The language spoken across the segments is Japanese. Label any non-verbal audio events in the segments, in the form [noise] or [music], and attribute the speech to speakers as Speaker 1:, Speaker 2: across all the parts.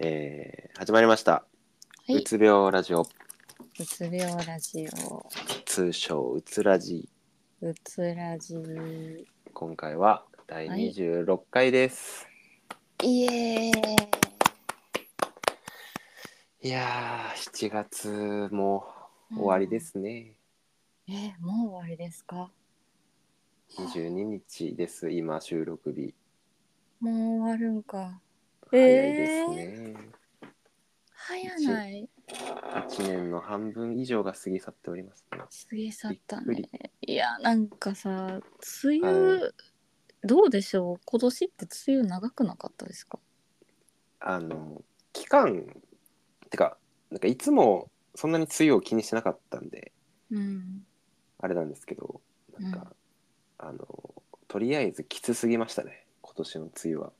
Speaker 1: えー、始まりました、
Speaker 2: はいう
Speaker 1: つ病ラジオ
Speaker 2: うつ病ラジオ、
Speaker 1: 通称うつラジ
Speaker 2: うつラジ。
Speaker 1: 今回は第
Speaker 2: はい
Speaker 1: 26回です、
Speaker 2: イエーイ。
Speaker 1: い、やー7月も終わりで。すね、
Speaker 2: え、もう終わりですか。
Speaker 1: 22日です今収録日
Speaker 2: もう終わるんか。えー
Speaker 1: 早いですね、
Speaker 2: 早ない。
Speaker 1: 1年の半分以上が過ぎ去っておりますね
Speaker 2: 過ぎ去った
Speaker 1: びっ
Speaker 2: ね
Speaker 1: く。
Speaker 2: いや、なんかさ、梅雨。どうでしょう。今年って梅雨長くなかったですか。
Speaker 1: あの期間てかなんかいつもそんなに梅雨を気にしなかったんで
Speaker 2: うん。
Speaker 1: あれなんですけどなんか、あのとりあえずきつすぎましたね今年の梅雨は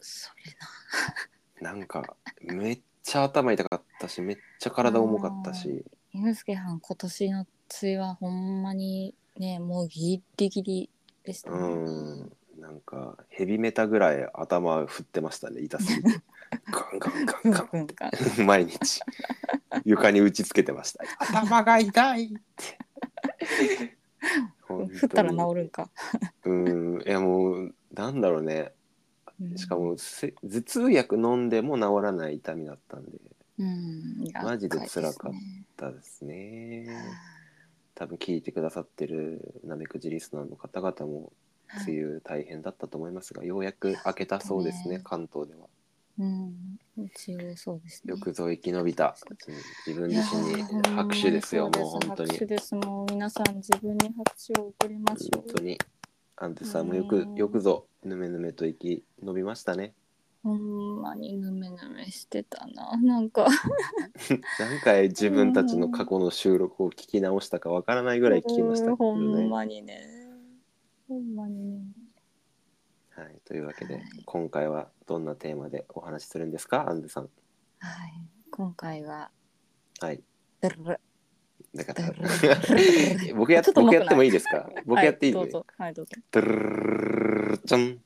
Speaker 2: それな。
Speaker 1: なんかめっちゃ頭痛かったしめっちゃ体重かったし
Speaker 2: ゆうすけはん、今年の梅雨はほんまに。ね、もうギリギリ。でした
Speaker 1: う
Speaker 2: ね。
Speaker 1: んなんかヘビメタぐらい頭振ってましたね痛すぎ
Speaker 2: [laughs]
Speaker 1: てガンガンガンガ
Speaker 2: うんか。
Speaker 1: ン [laughs] 毎日床に打ちつけてました頭が痛いって [laughs] 本
Speaker 2: 振っ
Speaker 1: 当
Speaker 2: たら
Speaker 1: に
Speaker 2: 治るんか。
Speaker 1: うんいやもうなんだろうね
Speaker 2: うん
Speaker 1: しか。もせ頭痛薬飲んでも治らない痛みだったんで
Speaker 2: うん、
Speaker 1: マジで辛か
Speaker 2: 厄
Speaker 1: っ
Speaker 2: 介ですね
Speaker 1: だですね多分聞いてくださってるなめくじリスナーの方々も
Speaker 2: はい
Speaker 1: 梅雨大変だったと思いますが、ようやく明けたそうですね
Speaker 2: ね
Speaker 1: 関東では
Speaker 2: うん、一応そうですね。
Speaker 1: よくぞ生き延びた、自分
Speaker 2: いや
Speaker 1: 自身に
Speaker 2: ー
Speaker 1: 拍手ですよもう本当
Speaker 2: 拍
Speaker 1: に
Speaker 2: 手です。もう皆さん自分に拍手を送りましょ
Speaker 1: 本当
Speaker 2: う。
Speaker 1: にアンテさんもよくよくぞぬめぬめと生き延びましたね
Speaker 2: ほんまにぬめぬめしてたな。なんか
Speaker 1: 何回自分たちの過去の収録を聞き直したかわからないぐらい聞きましたけ
Speaker 2: ほ
Speaker 1: ど
Speaker 2: ん
Speaker 1: ね、は
Speaker 2: まにね。ほんまにね。
Speaker 1: い、というわけで、
Speaker 2: はい
Speaker 1: 今回はどんなテーマでお話しするんですかアンデさん
Speaker 2: はい。今回は。
Speaker 1: はい
Speaker 2: だるる
Speaker 1: だか
Speaker 2: だ
Speaker 1: ら
Speaker 2: るる
Speaker 1: 僕や
Speaker 2: ちょっと重
Speaker 1: 僕
Speaker 2: くない
Speaker 1: やってもいいですか僕やっていい
Speaker 2: は
Speaker 1: で
Speaker 2: どう
Speaker 1: すか
Speaker 2: ぞ。はい、どうぞ。
Speaker 1: ドゥルルルルちゃん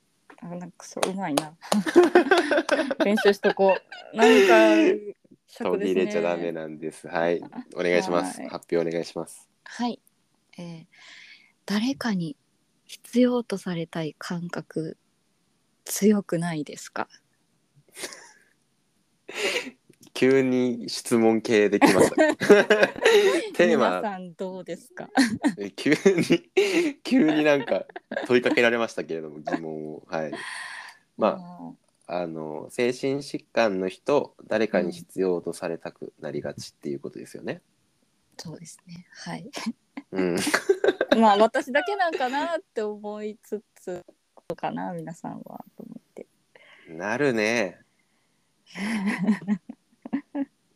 Speaker 2: あ、なんかそう、うまいな。 [laughs] 練習しとこう。なんか。
Speaker 1: 飛
Speaker 2: 尺
Speaker 1: び入
Speaker 2: ですね
Speaker 1: れちゃダメなんですはいお願いします
Speaker 2: はい
Speaker 1: 発表お願いします
Speaker 2: はい、えー誰かに必要とされたい感覚強くないですか
Speaker 1: 急に質問系できましたテー
Speaker 2: 皆
Speaker 1: マ
Speaker 2: さんどうですか
Speaker 1: 急に急になんか問いかけられましたけれども疑問をはいまああの精神疾患の人誰かに必要とされたくなりがちっていうことですよね
Speaker 2: そうですねはい [laughs]
Speaker 1: うん
Speaker 2: まあ私だけなんかなって思いつつどうかな皆さんはと思って
Speaker 1: なるね
Speaker 2: [laughs]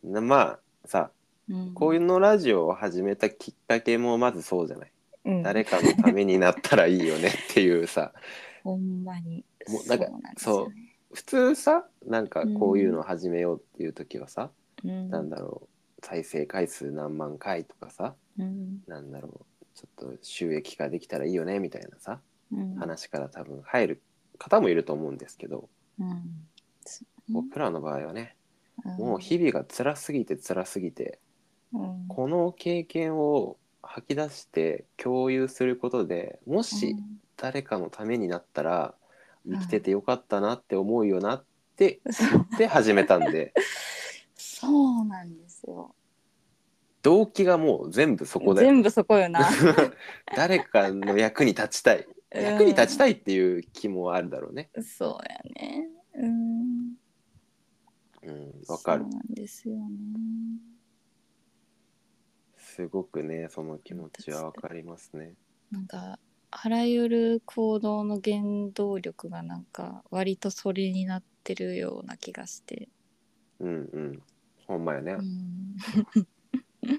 Speaker 1: なまあさこういううのラジオを始めたきっかけもまずそうじゃない
Speaker 2: ん、うん、
Speaker 1: 誰かのためになったらいいよねっていうさ [laughs]
Speaker 2: ほんまに
Speaker 1: もうなんか
Speaker 2: そうなん
Speaker 1: 普通さなんかこういうのを始めようっていう時はさ、
Speaker 2: ですよね
Speaker 1: なんだろう再生回数何万回とかさ
Speaker 2: うん
Speaker 1: なんだろうちょっと収益化できたらいいよねみたいなさ
Speaker 2: うん
Speaker 1: 話から多分入る方もいると思うんですけど、
Speaker 2: うんそ
Speaker 1: 僕らの場合はね
Speaker 2: うん
Speaker 1: もう日々が辛すぎて辛すぎて
Speaker 2: うん
Speaker 1: この経験を吐き出して共有することでもし誰かのためになったら生きててよかったなって思うよなって
Speaker 2: うんそう
Speaker 1: 言って始めたん
Speaker 2: [laughs]
Speaker 1: で
Speaker 2: そうなんですよ
Speaker 1: 動機がもう全部そこで
Speaker 2: 全部そこよな
Speaker 1: [laughs] 誰かの役に立ちたい役に立ちたいっていう気もあるだろうね。
Speaker 2: うんそうやねうん
Speaker 1: うん、わかる
Speaker 2: そうなんですよね
Speaker 1: すごくねその気持ちはわかりますね。
Speaker 2: なんかあらゆる行動の原動力がなんか割とそれになってるような気がして、
Speaker 1: うんうんほんまやね、
Speaker 2: う
Speaker 1: っ
Speaker 2: ん、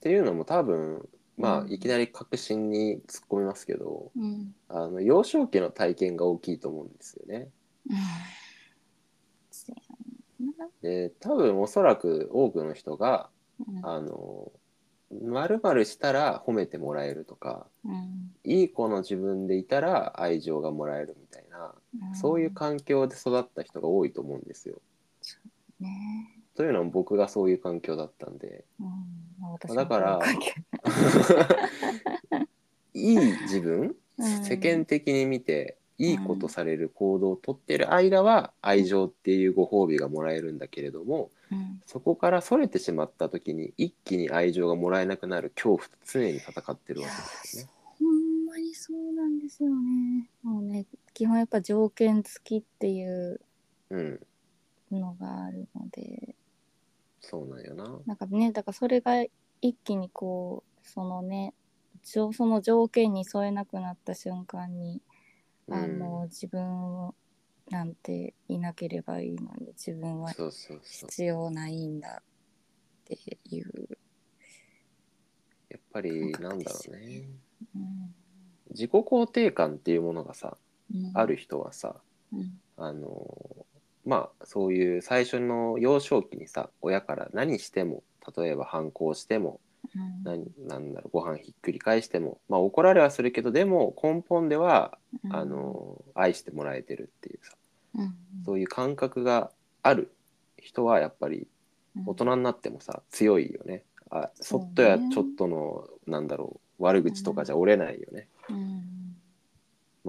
Speaker 1: ていうのも多分まあ
Speaker 2: うん
Speaker 1: いきなり確信に突っ込みますけど
Speaker 2: うん
Speaker 1: あの幼少期の体験が大きいと思うんですよね。
Speaker 2: そうやな
Speaker 1: で多分おそらく多くの人が
Speaker 2: うん
Speaker 1: あの〇〇したら褒めてもらえるとか
Speaker 2: うん
Speaker 1: いい子の自分でいたら愛情がもらえるみたいなそういう環境で育った人が多いと思うんですよ。
Speaker 2: ね
Speaker 1: というのも僕がそういう環境だったんで
Speaker 2: うんまあ私も
Speaker 1: だから
Speaker 2: そういう環境
Speaker 1: いい自分、
Speaker 2: うん
Speaker 1: 世間的に見ていいことされる行動をとってる間は愛情っていうご褒美がもらえるんだけれども
Speaker 2: うん
Speaker 1: そこからそれてしまった時に一気に愛情がもらえなくなる恐怖と常に戦ってるわけですよね。
Speaker 2: ほんまにそうなんですよねもうね基本やっぱ条件付きっていう
Speaker 1: うん、
Speaker 2: のがあるので
Speaker 1: そうなんよな。
Speaker 2: なんかねだからそれが一気にこうそのねじょその条件に添えなくなった瞬間にあの、自分なんていなければいいのに自分
Speaker 1: うん、
Speaker 2: は
Speaker 1: そうそうそう。
Speaker 2: 必要ないんだっていう、
Speaker 1: やっぱりなんだろうね。
Speaker 2: うん
Speaker 1: 自己肯定感っていうものがさ
Speaker 2: うん
Speaker 1: ある人はさ
Speaker 2: うん
Speaker 1: あのまあそういう最初の幼少期にさ親から何しても例えば反抗しても
Speaker 2: うん
Speaker 1: 何なんだろうご飯ひっくり返しても、まあ、怒られはするけどでも根本では
Speaker 2: うん
Speaker 1: あの愛してもらえてるっていうさ
Speaker 2: うんうん
Speaker 1: そういう感覚がある人はやっぱり大人になってもさ強いよね。あ
Speaker 2: そ
Speaker 1: そ
Speaker 2: うね
Speaker 1: っとやちょっとのなんだろう悪口とかじゃ折れないよね
Speaker 2: うん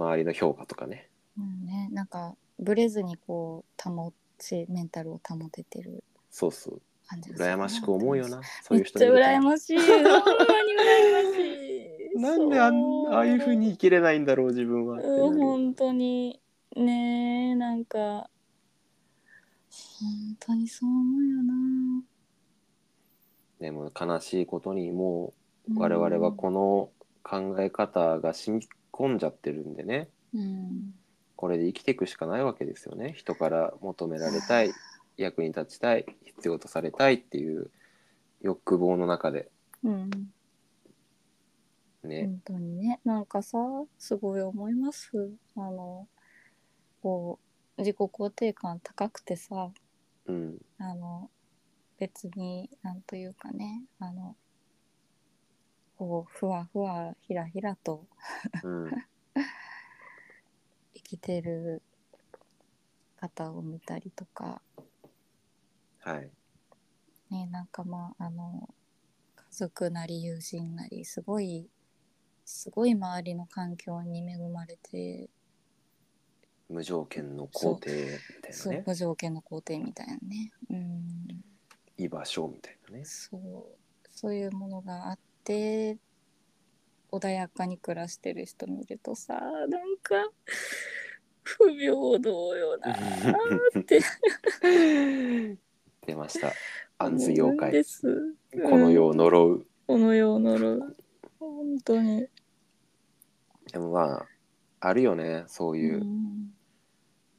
Speaker 1: 周りの評価とかね。
Speaker 2: うんね、なんかブレずにこう保ちメンタルを保ててる
Speaker 1: そうそう
Speaker 2: 感じがするな
Speaker 1: 羨ましく思うよなそう
Speaker 2: め
Speaker 1: い
Speaker 2: っ
Speaker 1: う
Speaker 2: ち
Speaker 1: 人
Speaker 2: ゃ
Speaker 1: 見ると
Speaker 2: 羨ましいほんまに羨ましい
Speaker 1: なんであん
Speaker 2: そう
Speaker 1: ああいう風に生きれないんだろう自分はってなる
Speaker 2: うん本当にねえなんか本当にそう思うよな
Speaker 1: でも悲しいことにも
Speaker 2: うん
Speaker 1: う我々はこの考え方が染み込んじゃってるんでね
Speaker 2: うん
Speaker 1: これで生きていくしかないわけですよね人から求められたい役に立ちたい必要とされたいっていう欲望の中で
Speaker 2: うん
Speaker 1: ね、
Speaker 2: 本当にねなんかさすごい思いますあのこう自己肯定感高くてさ、
Speaker 1: うん、
Speaker 2: あの別になんというかねあのこうふわふわひらひらと
Speaker 1: うん、
Speaker 2: 生きてる方を見たりとか
Speaker 1: はい、
Speaker 2: ねなんかまああの家族なり友人なりすごいすごい周りの環境に恵まれて
Speaker 1: 無条件の肯定みたい
Speaker 2: そ
Speaker 1: な
Speaker 2: う
Speaker 1: ね
Speaker 2: 無条件の肯定みたいなねうん
Speaker 1: 居場所みたいなね
Speaker 2: そうそういうものがあって穏やかに暮らしてる人見るとさなんか不平等よなって
Speaker 1: [laughs] 出ました
Speaker 2: 思
Speaker 1: 安
Speaker 2: う
Speaker 1: 住妖
Speaker 2: んで
Speaker 1: 怪
Speaker 2: す。うん
Speaker 1: この世を呪う、
Speaker 2: この世を呪う本当に。
Speaker 1: でもまああるよねそういう、
Speaker 2: うん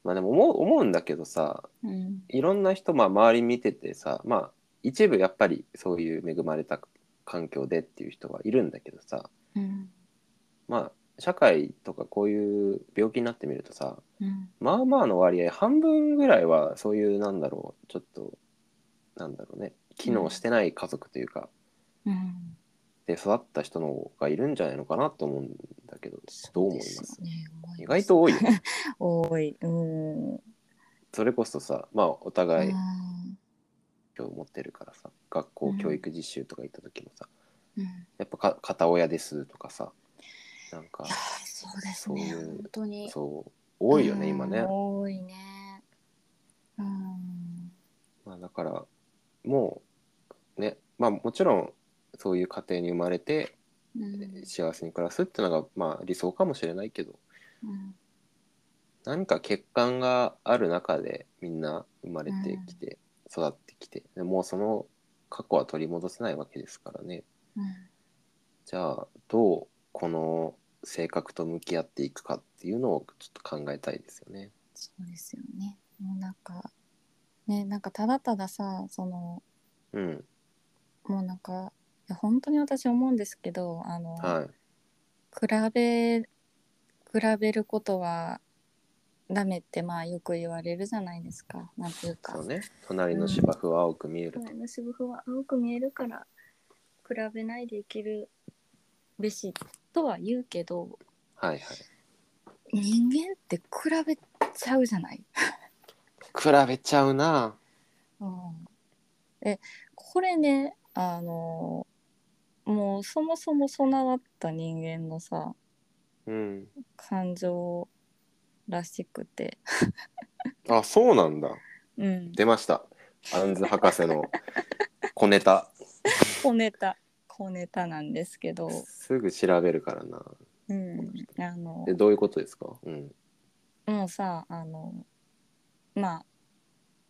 Speaker 1: まあでも思う思うんだけどさ
Speaker 2: うん
Speaker 1: いろんな人まあ周り見ててさまあ一部やっぱりそういう恵まれた環境でっていう人はいるんだけどさ
Speaker 2: うん
Speaker 1: まあ社会とかこういう病気になってみるとさ
Speaker 2: うん
Speaker 1: まあまあの割合半分ぐらいはそういうなんだろうちょっとなんだろうね機能してない家族というか、
Speaker 2: うん
Speaker 1: で育った人の方がいるんじゃないのかなと思うんだけどどう思いま
Speaker 2: そうですよね思い
Speaker 1: 意
Speaker 2: ま
Speaker 1: 外
Speaker 2: す
Speaker 1: と多いよね
Speaker 2: 多い。うん。
Speaker 1: それこそさまあお互い
Speaker 2: うん
Speaker 1: 今日持ってるからさ学校教育実習とか行った時もさ、
Speaker 2: うん
Speaker 1: やっぱか片親ですとかさなんか
Speaker 2: いやそうです
Speaker 1: そうい
Speaker 2: ね。
Speaker 1: う
Speaker 2: 本当に。
Speaker 1: そう多いよね今ね
Speaker 2: うん、多いね。うん。
Speaker 1: まあ、だからもうねまあもちろんそういう家庭に生まれて
Speaker 2: うん
Speaker 1: 幸せに暮らすっていうのがまあ理想かもしれないけど
Speaker 2: うん
Speaker 1: 何か欠陥がある中でみんな生まれてきて育ってきて、でもうその過去は取り戻せないわけですからね
Speaker 2: うん
Speaker 1: じゃあどうこの性格と向き合っていくかっていうのをちょっと考えたいですよね。
Speaker 2: そうですよね。もうなんか、ね、なんかただたださ、その、
Speaker 1: うん、
Speaker 2: もうなんか、いや本当に私思うんですけど、あの、
Speaker 1: はい、
Speaker 2: 比べ、比べることはダメってまあよく言われるじゃないですか。なんていうか
Speaker 1: そう。ね。隣の芝生は青く見えると。
Speaker 2: 隣の芝生は青く見えるから比べないでいけるべしとは言うけど
Speaker 1: はいはい
Speaker 2: 人間って比べちゃうじゃない、
Speaker 1: 比べちゃうな
Speaker 2: うん、えこれねあのもうそもそも備わった人間のさ
Speaker 1: うん
Speaker 2: 感情らしくて、
Speaker 1: あそうなんだ
Speaker 2: うん、
Speaker 1: 出ましたアンズ博士の小ネタ
Speaker 2: 小ネタ小ネタなんですけど、
Speaker 1: すぐ調べるからな
Speaker 2: うん、あの
Speaker 1: えどういうことですかうん
Speaker 2: もうさあのまあ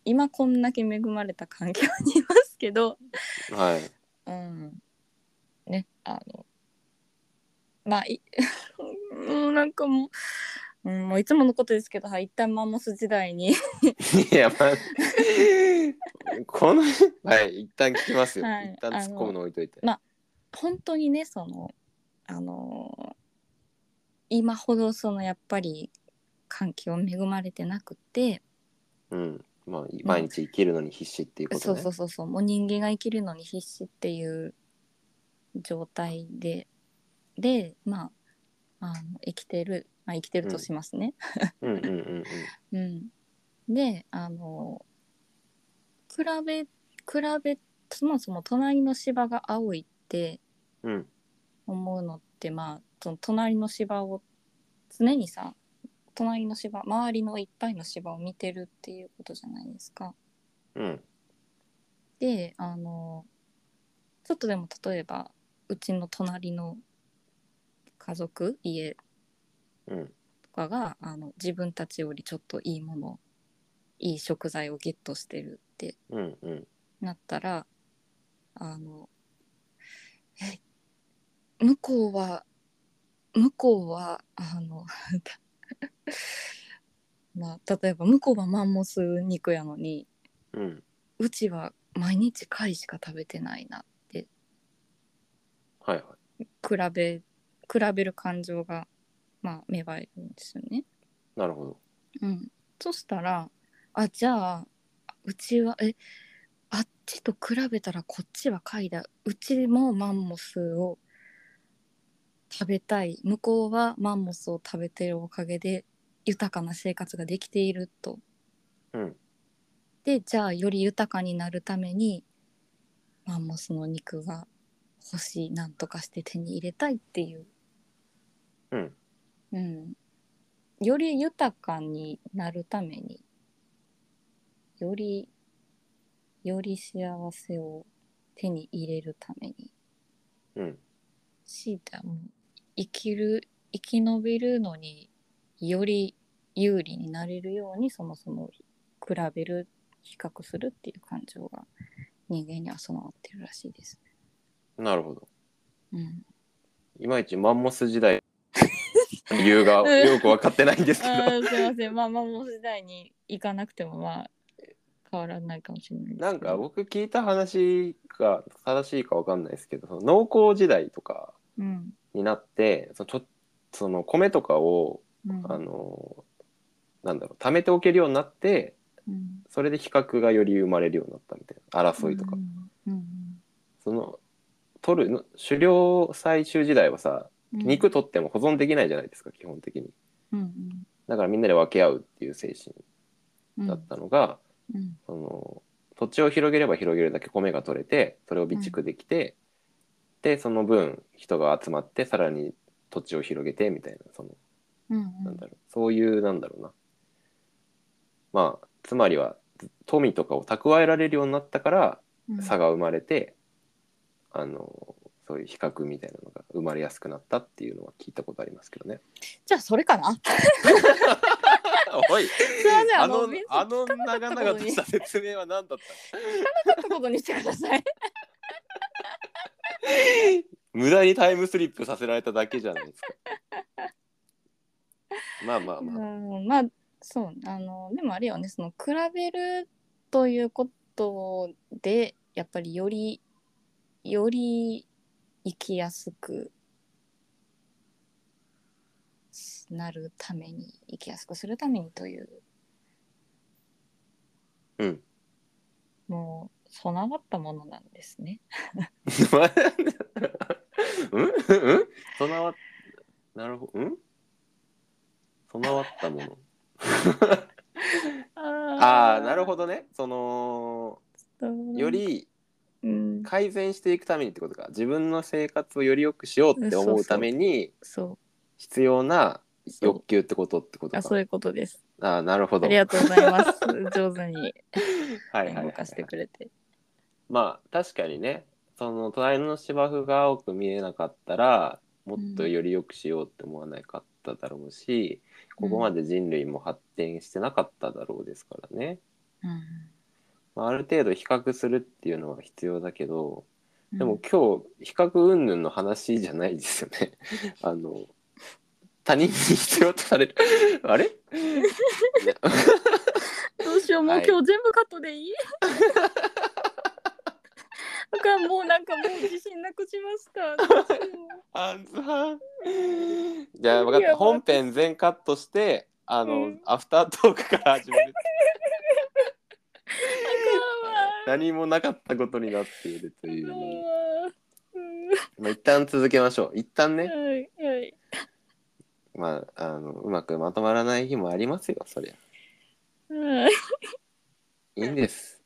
Speaker 2: 今こんだけ恵まれた環境にいますけど、
Speaker 1: はい
Speaker 2: うん、ねあのまあいうんなんかもう,、うん、もういつものことですけど、はい、一旦マンモス時代に、
Speaker 1: [laughs] いや、まあ、この、はい、一旦聞きますよ。
Speaker 2: はい
Speaker 1: 一旦突っ込むの置いといて。
Speaker 2: ま [laughs] 本当にねそのあの今ほどそのやっぱり環境恵まれてなくて、
Speaker 1: うん。まあ、毎日生きるのに必死っていうこと
Speaker 2: そう
Speaker 1: ね。
Speaker 2: そうそうそうもう人間が生きるのに必死っていう状態ででまああの生きてる、まあ、生きてるとしますね。
Speaker 1: うんうんうんうん。
Speaker 2: うんであの比べ比べそもそも隣の芝が青いって
Speaker 1: うん、
Speaker 2: 思うのってまあその隣の芝を常にさ隣の芝周りのいっぱいの芝を見てるっていうことじゃないですか。
Speaker 1: うん、
Speaker 2: であのちょっとでも例えばうちの隣の家族家
Speaker 1: うん、
Speaker 2: とかがあの自分たちよりちょっといいものいい食材をゲットしてるって
Speaker 1: うん、うん。
Speaker 2: なったらあのえ向こうは向こうはあの [laughs] まあ例えば向こうはマンモス肉やのに
Speaker 1: うん、
Speaker 2: うちは毎日貝しか食べてないな
Speaker 1: はいはい。
Speaker 2: 比べ比べる感情が、まあ、芽生えるんですよね。
Speaker 1: なるほど。
Speaker 2: うん、そしたらあじゃあうちはえあっちと比べたらこっちは貝だうちもマンモスを食べたい向こうはマンモスを食べてるおかげで豊かな生活ができていると。
Speaker 1: うん、
Speaker 2: でじゃあより豊かになるためにマンモスの肉が欲しいなんとかして手に入れたいっていう
Speaker 1: うん、
Speaker 2: うん、より豊かになるためによりより幸せを手に入れるために
Speaker 1: うん、
Speaker 2: シータも生きる生き延びるのにより有利になれるようにそもそも比べる比較するっていう感情が人間には備わってるらしいです。
Speaker 1: なるほど。
Speaker 2: うん、
Speaker 1: いまいちマンモス時代。理由がよく分かってないんですけど。
Speaker 2: すいませんまあまあもう時代に行かなくてもまあ変わらないかもしれないですけど
Speaker 1: なんか僕聞いた話が正しいか分かんないですけど、その農耕時代とか
Speaker 2: うん
Speaker 1: になって、そのちょその米とかを
Speaker 2: うん
Speaker 1: あのなんだろう貯めておけるようになってそれで比較がより生まれるようになったみたいな争いとか、。
Speaker 2: うんうん
Speaker 1: その取るの狩猟採集時代はさ
Speaker 2: うんうん、
Speaker 1: 肉取っても保存できないじゃないですか基本的に
Speaker 2: うんうん
Speaker 1: だからみんなで分け合うっていう精神
Speaker 2: うん
Speaker 1: だったのが、
Speaker 2: うん
Speaker 1: その土地を広げれば広げるだけ米が取れてそれを備蓄できて、でその分人が集まってさらに土地を広げてみたいなその
Speaker 2: うん
Speaker 1: なんだろうそういうなんだろうなまあつまりはず富とかを蓄えられるようになったから
Speaker 2: うん
Speaker 1: 差が生まれて、あのそういう比較みたいなのが生まれやすくなったっていうのは聞いたことありますけどね。
Speaker 2: じゃあそれかな
Speaker 1: [laughs] おい
Speaker 2: いません
Speaker 1: あ
Speaker 2: あの
Speaker 1: の
Speaker 2: 別に
Speaker 1: あの
Speaker 2: 聞かなか
Speaker 1: 長
Speaker 2: ったこと
Speaker 1: 々と
Speaker 2: に
Speaker 1: した説明は何だった
Speaker 2: なかったことにしてください
Speaker 1: 無駄にタイムスリップさせられただけじゃないですか。
Speaker 2: [laughs]
Speaker 1: まあまあ
Speaker 2: う
Speaker 1: まあ。
Speaker 2: んまあそうあのでもあれよねその比べるということでやっぱりよりより生きやすくなるために生きやすくするためにという
Speaker 1: うん
Speaker 2: もう備わったものなんですね。
Speaker 1: [laughs] うんうん備わっなるほどうん備わったものああなるほ
Speaker 2: ど。
Speaker 1: どねそのより
Speaker 2: うん、
Speaker 1: 改善していくためにってことか自分の生活をより良くしようって思うために
Speaker 2: そ
Speaker 1: 必要な
Speaker 2: う。そう
Speaker 1: 欲求ってことってこと
Speaker 2: あ
Speaker 1: か
Speaker 2: そういうことです。
Speaker 1: ああなるほ
Speaker 2: あ
Speaker 1: ど
Speaker 2: りがとうございます。上手に
Speaker 1: はいはいはい
Speaker 2: 動かしてくれて。
Speaker 1: まあ確かにねその隣の芝生が青く見えなかったらもっとより良くしようって思わなかっただろうし、
Speaker 2: うん
Speaker 1: ここまで人類も発展してなかっただろうですからね、まあ、ある程度比較するっていうのは必要だけど
Speaker 2: うん
Speaker 1: でも、今日比較云々の話じゃないですよね
Speaker 2: [laughs]
Speaker 1: あの他人に必要とされる [laughs] あれ
Speaker 2: うんどうしようもう
Speaker 1: はい
Speaker 2: 今日全部カットでいい。 [laughs] だからもうなんかもう自信なくしました。どうしよう
Speaker 1: あんずはんじゃあ分かった本編全カットしてあの、
Speaker 2: うん
Speaker 1: アフタートークから始める
Speaker 2: あかんわ
Speaker 1: 何もなかったことになっているというのに
Speaker 2: は
Speaker 1: まあ、一旦続けましょう一旦ね、
Speaker 2: いはい
Speaker 1: まあ、あのうまくまとまらない日もありますよそりゃ
Speaker 2: はい
Speaker 1: いいん
Speaker 2: [laughs]
Speaker 1: です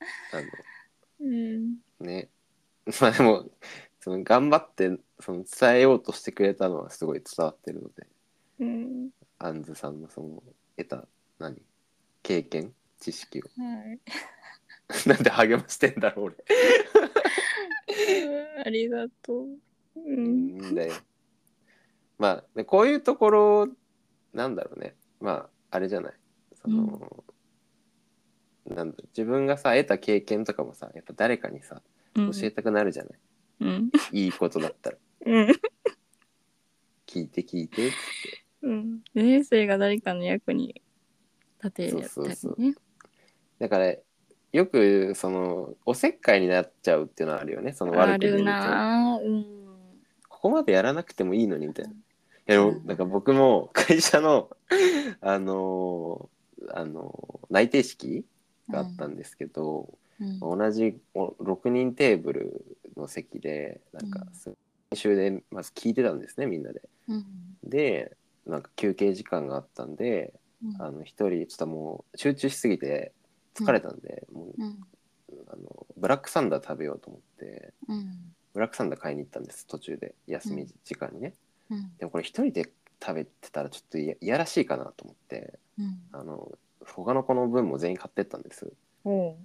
Speaker 1: あ
Speaker 2: う
Speaker 1: の
Speaker 2: ん
Speaker 1: ね [laughs] まあでもその頑張ってその伝えようとしてくれたのはすごい伝わってるので
Speaker 2: うん
Speaker 1: あんずさんのその得た何経験知識を [laughs]
Speaker 2: はい
Speaker 1: なんで励ましてんだろう俺
Speaker 2: うんありがとううん
Speaker 1: んだよ。まあでこういうところなんだろうねまああれじゃないその、なんだ自分がさ得た経験とかもさやっぱ誰かにさ
Speaker 2: 教
Speaker 1: 教えたくなるじゃない、
Speaker 2: うん
Speaker 1: いいことだったら
Speaker 2: うん
Speaker 1: 聞いて聞いて
Speaker 2: うん人生が誰かの役に立てるやった
Speaker 1: そうそうそう
Speaker 2: りね
Speaker 1: だからよくそのおせっかいになっちゃうっていうのはあるよねその
Speaker 2: あ
Speaker 1: 悪く見
Speaker 2: る
Speaker 1: ると
Speaker 2: なあうん
Speaker 1: ここまでやらなくてもいいのにみたいな。いやでも
Speaker 2: うん
Speaker 1: なんか僕も会社の [laughs] あのあの内定式があったんですけど、
Speaker 2: うん
Speaker 1: 同じお6人テーブルの席でなんか
Speaker 2: うん
Speaker 1: す練習でまず聞いてたんですねみんなで。
Speaker 2: うん
Speaker 1: でなんか休憩時間があったんで
Speaker 2: うん
Speaker 1: あの1人ちょっともう集中しすぎて疲れたんで、もう
Speaker 2: うん
Speaker 1: あのブラックサンダー食べようと思って
Speaker 2: うん
Speaker 1: ブラックサンダー買いに行ったんです途中で休み時間にね。
Speaker 2: うん
Speaker 1: でもこれ1人で食べてたらちょっといやいやらしいかなと思って
Speaker 2: うん
Speaker 1: あの他の子の分も全員買ってったんです。
Speaker 2: おう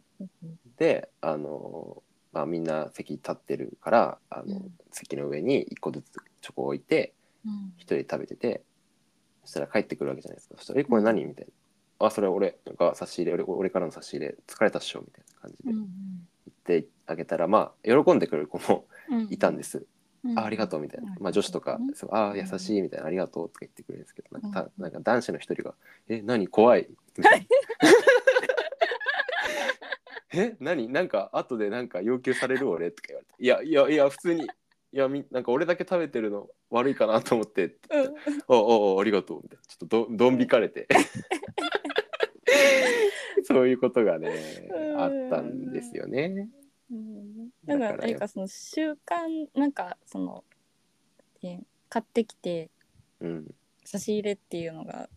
Speaker 1: であの、まあ、みんな席立ってるからあの、
Speaker 2: うん
Speaker 1: 席の上に1個ずつチョコを置いて
Speaker 2: うん
Speaker 1: 1人食べててそしたら帰ってくるわけじゃないですかそしたら「えこれ何?」みたいな「あそれ俺が差し入れ俺俺からの差し入れ疲れたっしょ」みたいな感じで
Speaker 2: うん
Speaker 1: 言ってあげたら、まあ喜んでくれる子も [laughs]
Speaker 2: うん
Speaker 1: いたんです「
Speaker 2: うん
Speaker 1: あありがとう」みたいな、
Speaker 2: うん
Speaker 1: まあ、女子とか
Speaker 2: う
Speaker 1: 「
Speaker 2: ん
Speaker 1: そうああ優しい」みたいな「ありがとう」とか言ってくれるんですけどなんかた
Speaker 2: うん
Speaker 1: なんか男子の一人が「え何怖い」みたいな。 [laughs] え何なんか後でなんか要求される俺とか言われて「いやいやいや普通にいやみなんか俺だけ食べてるの悪いかなと思って」って言って
Speaker 2: うん
Speaker 1: おおおありがとう」みたいなちょっとどどん引かれ
Speaker 2: [laughs]
Speaker 1: てそういうことがね
Speaker 2: うん
Speaker 1: あったんですよね。
Speaker 2: うん
Speaker 1: だか
Speaker 2: だからら何かその習慣なんかその、え買ってきて
Speaker 1: うん、
Speaker 2: 差し入れっていうのが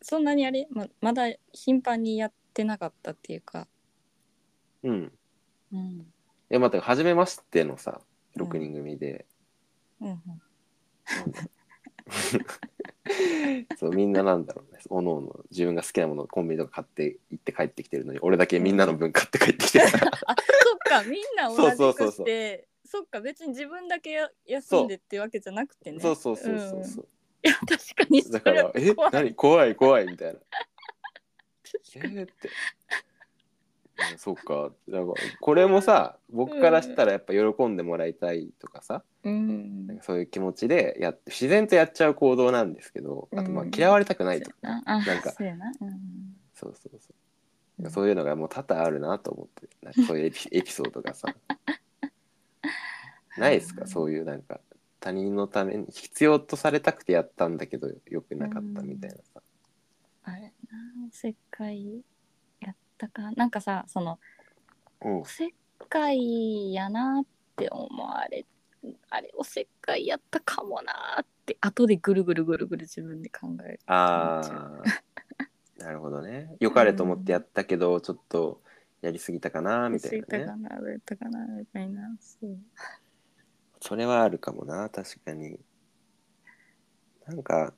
Speaker 2: そんなにあれままだ頻繁にやってなかったっていうか、
Speaker 1: うん
Speaker 2: うん
Speaker 1: え待って初めましてのさ6人組
Speaker 2: [laughs]
Speaker 1: で、
Speaker 2: うんうん、
Speaker 1: そうみんななんだろうねおのおの自分が好きなものをコンビニとか買って行って帰ってきてるのに俺だけみんなの分買って帰ってきてるから
Speaker 2: あそっかみんな同じくして
Speaker 1: そうそうそうそう
Speaker 2: そっか別に自分だけや休んでってわけじゃなくて
Speaker 1: [laughs]
Speaker 2: ね
Speaker 1: そうそうそうそうそう、
Speaker 2: うんいや確かにそ
Speaker 1: だか
Speaker 2: れ
Speaker 1: ら
Speaker 2: は
Speaker 1: 「え
Speaker 2: 怖い
Speaker 1: 何怖い怖い」みたいな「え
Speaker 2: 確かに
Speaker 1: ー、って。うんそうかなんかこれもさ僕からしたらやっぱ喜んでもらいたいとかさ、
Speaker 2: うん
Speaker 1: なんかそういう気持ちでやって自然とやっちゃう行動なんですけどあとまあ
Speaker 2: うん
Speaker 1: 嫌われたくないと
Speaker 2: そ
Speaker 1: か、
Speaker 2: うやなあ
Speaker 1: なんか
Speaker 2: そうやなうん
Speaker 1: そうそうそうなんかそういうのがもう多々あるなと思ってなん [laughs] かそういうエピエピソードがさないですかそういうなんか他人のために必要とされたくてやったんだけどよくなかったみたいなさ、
Speaker 2: あれなおせっかいやったかなんかさその
Speaker 1: うん
Speaker 2: おせっ界やなって思われあれおせっかいやったかもなーって後でぐるぐるぐるぐる自分で考える
Speaker 1: あ [laughs] あなるほどね良かれと思ってやったけど、ちょっとやりすぎたかなみた
Speaker 2: つ
Speaker 1: い
Speaker 2: い
Speaker 1: な
Speaker 2: た
Speaker 1: ね
Speaker 2: かなどうやったかなみたいなそう
Speaker 1: それはあるかもな確かになんか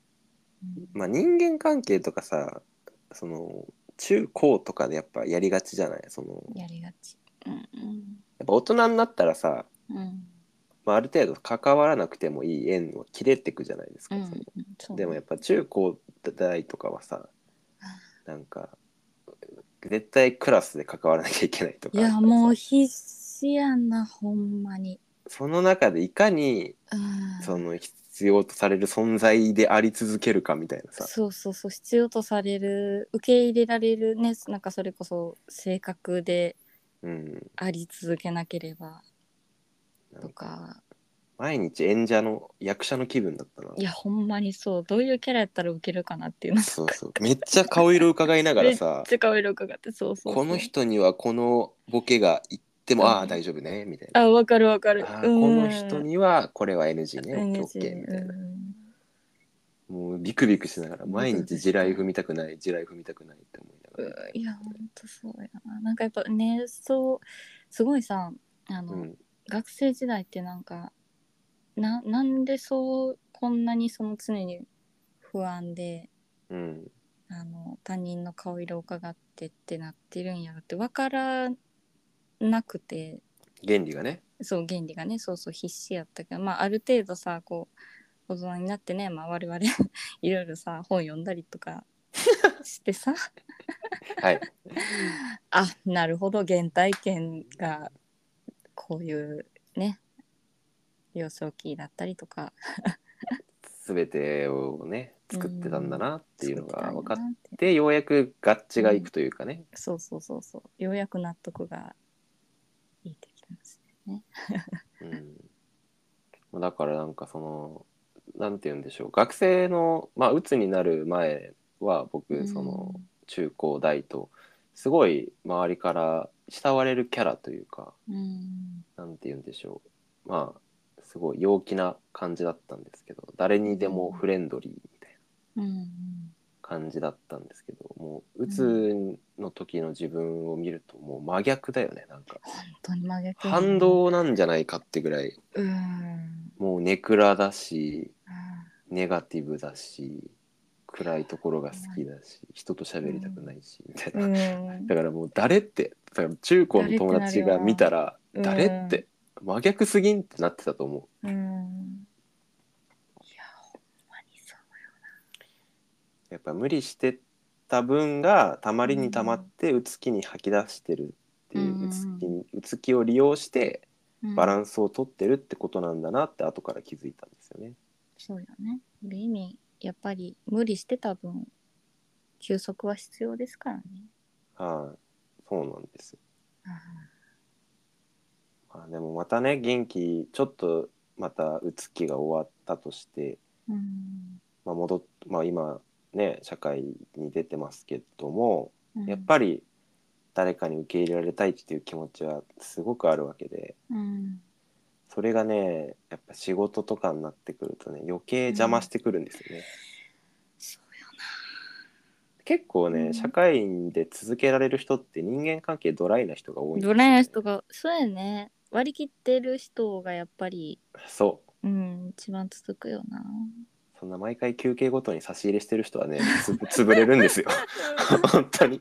Speaker 1: まあ人間関係とかさその中高とかでやっぱやりがちじゃないその
Speaker 2: やりがちうん
Speaker 1: やっぱ大人になったらさ、
Speaker 2: うんうん
Speaker 1: まあ、ある程度関わらなくてもいい縁は切れてくじゃないです
Speaker 2: う
Speaker 1: か、その
Speaker 2: んそう
Speaker 1: でもやっぱ中高大とかはさなんか絶対クラスで関わらなきゃいけないとか
Speaker 2: いやもう必死やなほんまに
Speaker 1: その中でいかに
Speaker 2: うん
Speaker 1: その必要とされる存在であり続けるかみたいなさ
Speaker 2: そうそうそう必要とされる受け入れられるねなんかそれこそ性格で
Speaker 1: うん、
Speaker 2: あり続けなければ
Speaker 1: なん
Speaker 2: と
Speaker 1: か
Speaker 2: か
Speaker 1: 毎日演者の役者の気分だったない
Speaker 2: やほんまにそうどういうキャラやったらウケるかなっていうの
Speaker 1: そうそうめっちゃ顔色伺いながらさ
Speaker 2: めっちゃ顔色伺ってそうそうそう
Speaker 1: この人にはこのボケが言っても、
Speaker 2: うん
Speaker 1: ああ大丈夫ねみたいな
Speaker 2: あわかるわかる
Speaker 1: あー
Speaker 2: うん
Speaker 1: この人にはこれは NG ね
Speaker 2: NG
Speaker 1: ケーみたいな
Speaker 2: うん
Speaker 1: もうビクビクしながら毎日地雷踏みたくない地雷踏みたくないって思いながら
Speaker 2: うんいやほんとそうやななんかやっぱねそうすごいさあの、
Speaker 1: うん
Speaker 2: 学生時代ってなんかななんでそうこんなにその常に不安で
Speaker 1: うん
Speaker 2: あの他人の顔色を伺ってってなってるんやろって分からなくて
Speaker 1: 原理がね
Speaker 2: そう原理がねそうそう必死やったけどまあある程度さこう大人になってね、まあ、我々 [laughs] いろいろさ本読んだりとかして
Speaker 1: [laughs]
Speaker 2: さ
Speaker 1: はい
Speaker 2: あ [laughs] なるほど原体験がこういうね幼少期だったりとか
Speaker 1: 全てをね作ってたんだなっていうのが分かっ
Speaker 2: そうだなて
Speaker 1: てようやく合致がいくというかね
Speaker 2: そうそうそうそうようやく納得がいいってきますね。
Speaker 1: うんだからなんかそのなんて言うんでしょう学生のまあ鬱になる前は僕その中高大とすごい周りから慕われるキャラというか
Speaker 2: うん
Speaker 1: なんて言うんでしょうまあすごい陽気な感じだったんですけど誰にでもフレンドリーみたいな
Speaker 2: うん
Speaker 1: 感じだったんですけどもう鬱の時の自分を見るともう真逆だよねなんか
Speaker 2: 本当に真逆
Speaker 1: 反動なんじゃないかってぐらい
Speaker 2: うんうん
Speaker 1: もうネクラだしネガティブだし暗いところが好きだし人と喋りたくないしみたいな
Speaker 2: うん
Speaker 1: だからもう誰ってだから中高の友達が見たら誰
Speaker 2: 誰っ
Speaker 1: って
Speaker 2: なるよな
Speaker 1: て真逆すぎんってなってたと思う。
Speaker 2: うんいやほんまにそう
Speaker 1: やっぱ無理してた分がたまりにたまってうつきに吐き出してるっていううんうつきにうつきを利用して
Speaker 2: うん
Speaker 1: バランスを取ってるってことなんだなって後から気づいたんですよね。
Speaker 2: そうよねで意味やっぱり無理してた分休息は必要ですからね。
Speaker 1: はい、そうなんです。
Speaker 2: うん
Speaker 1: まあ、でもまたね元気ちょっとまたうつきが終わったとして、
Speaker 2: うん
Speaker 1: まあ、戻っまあ今ね社会に出てますけども
Speaker 2: うん
Speaker 1: やっぱり誰かに受け入れられたいっていう気持ちはすごくあるわけで。
Speaker 2: うん
Speaker 1: それがねやっぱ仕事とかになってくるとね余計邪魔してくるんですよね、
Speaker 2: そうよ
Speaker 1: 結構ね、
Speaker 2: うん
Speaker 1: 社会で続けられる人って人間関係ドライな人が多いんです
Speaker 2: ド
Speaker 1: よね
Speaker 2: ライな人がそうやね割り切ってる人がやっぱり
Speaker 1: そう
Speaker 2: うん一番続くよな
Speaker 1: そんな毎回休憩ごとに差し入れしてる人は
Speaker 2: [laughs]
Speaker 1: ねつ潰れるんですよ本当に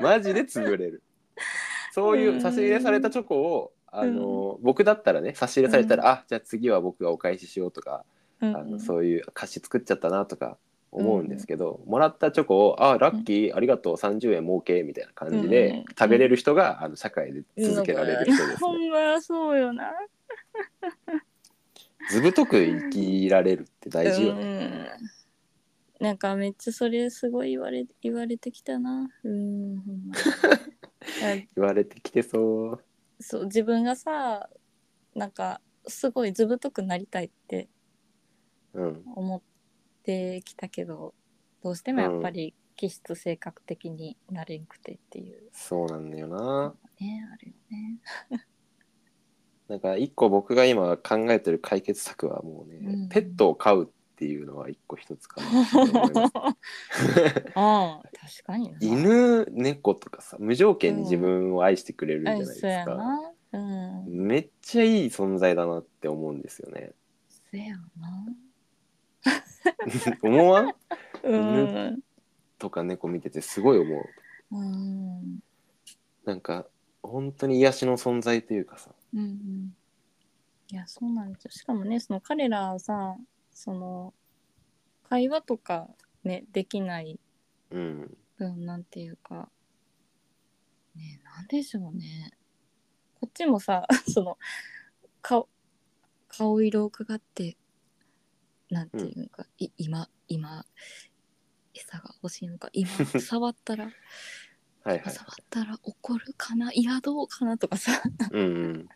Speaker 1: マジで潰れるそういう差し入れされたチョコをあの、僕だったらね差し入れされたら、あじゃあ次は僕がお返ししようとか、
Speaker 2: うん
Speaker 1: あ
Speaker 2: うん
Speaker 1: のそういう菓子作っちゃったなとか思うんですけど、もらったチョコを「あラッキー、ありがとう30円儲け」みたいな感じ
Speaker 2: うんうん
Speaker 1: で食べれる人が、あの社会で続けられる人です
Speaker 2: ほ
Speaker 1: ね。
Speaker 2: んまそうよな
Speaker 1: ずぶとく生きられるって大事よね。
Speaker 2: うんなんかめっちゃそれすごい言われ言われてきたなうんほん
Speaker 1: [laughs]
Speaker 2: まあ
Speaker 1: 言われてきてそう。
Speaker 2: そう自分がさなんかすごい図太くなりたいって
Speaker 1: うん、
Speaker 2: 思ってきたけどどうしてもやっぱり気質性格的になれんくてっていう、
Speaker 1: そうなんだよな。
Speaker 2: ねあるよね。
Speaker 1: なんか一個僕が今考えてる解決策はもうね、
Speaker 2: うん
Speaker 1: ペットを飼うっていうのは一個一つか
Speaker 2: [laughs]
Speaker 1: なと思います
Speaker 2: ああ確かにな。
Speaker 1: 犬猫とかさ無条件に自分を愛してくれるんじゃない
Speaker 2: うん
Speaker 1: です
Speaker 2: そうや
Speaker 1: か、
Speaker 2: な。うん。
Speaker 1: めっちゃいい存在だなって思うんですよね [laughs]
Speaker 2: そうやな。
Speaker 1: 思わん
Speaker 2: うん。
Speaker 1: とか猫見ててすごい思う
Speaker 2: うん。
Speaker 1: なんか本当に癒しの存在というかさ
Speaker 2: うんうんいやそうなんですよしかもねその彼らはさその会話とかねできない
Speaker 1: うん
Speaker 2: 分なんていうかねなんでしょうねこっちもさ [laughs] その顔顔色を伺ってなんていうか、い今今餌が欲しいのか今触ったら
Speaker 1: はいはい
Speaker 2: 触ったら怒るかないやどうかなとかさ
Speaker 1: うんうん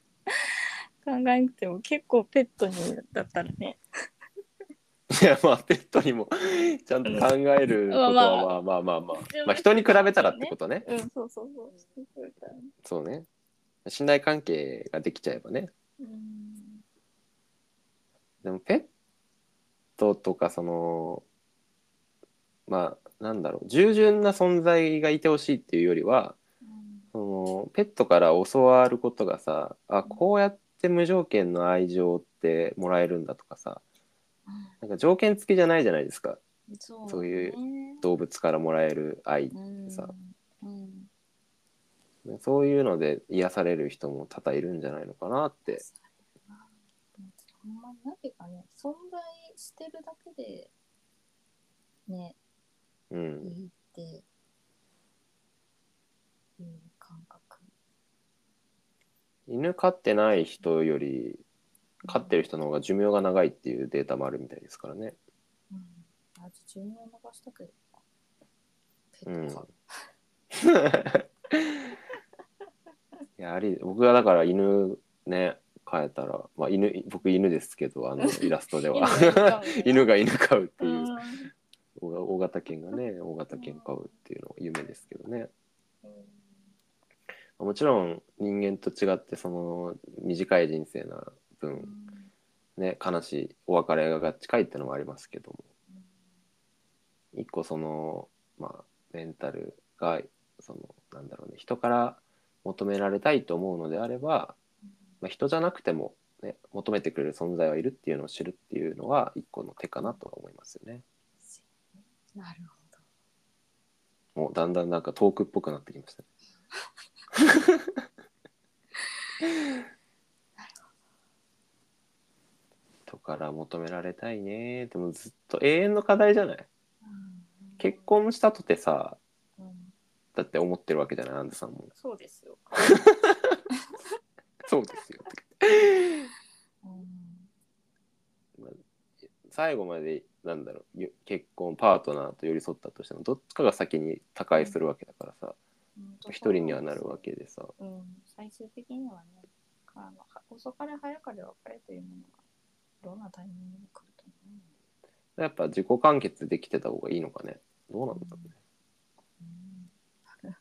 Speaker 2: 考えなくても結構ペットにだったらね
Speaker 1: いやまあペットにも [laughs] ちゃんと考えることはまあまあまあまあ、まあ、人に比べたらってことね
Speaker 2: うんそうそうそうそうだね
Speaker 1: そうね信頼関係ができちゃえばね
Speaker 2: うん
Speaker 1: でもペットとかそのまあなんだろう従順な存在がいてほしいっていうよりはそのペットから教わることがさあこうやって無条件の愛情ってもらえるんだとかさなんか条件付きじゃないじゃないですか
Speaker 2: うんそう
Speaker 1: そういう
Speaker 2: ね
Speaker 1: 動物からもらえる愛
Speaker 2: うん
Speaker 1: さ
Speaker 2: うん
Speaker 1: そういうので癒される人も多々いるんじゃないのかなって
Speaker 2: ほんまなんていうかね存在してるだけでね
Speaker 1: う
Speaker 2: い
Speaker 1: ん
Speaker 2: いっていう感覚
Speaker 1: 犬飼ってない人より飼ってる人の方が寿命が長いっていうデータもあるみたいですからね
Speaker 2: うんあちょ寿命伸ばしたけどペ
Speaker 1: うん
Speaker 2: ットか、
Speaker 1: いやあり僕がだから犬ね飼えたら、まあ、犬僕犬ですけどあのイラストでは [laughs] 犬
Speaker 2: 犬
Speaker 1: が犬飼うって
Speaker 2: う
Speaker 1: い
Speaker 2: ん
Speaker 1: う大大型犬がね大型犬飼うっていうのが夢ですけどねもちろん人間と違ってその短い人生な
Speaker 2: う
Speaker 1: 分
Speaker 2: ん
Speaker 1: ね悲しいお別れが近いってのもありますけども一個そのまあメンタルがそのなんだろうね人から求められたいと思うのであれば、まあ、人じゃなくても、ね、求めてくれる存在はいるっていうのを知るっていうのは一個の手かなとは思いますよね。
Speaker 2: なるほど。
Speaker 1: もうだんだんなんかトークっぽくなってきま [laughs] したね。人から求められたいねでもずっと永遠の課題じゃない結婚したとてさ
Speaker 2: 構、うん
Speaker 1: だって思ってるわけじゃないアンズさんも
Speaker 2: そうですよ。
Speaker 1: そうですよ
Speaker 2: うん
Speaker 1: 最後までなんだろうゆ結婚パートナーと寄り添ったとしてもどっちかが先に他界するわけだからさ一人にはなるわ。けでさ
Speaker 2: うん、最終的にはね、あのは遅かれ早かれ別れというものが、どんなタイミングで来ると思うの
Speaker 1: やっぱ自己完結できてた方がいいのかねどうなんだろうね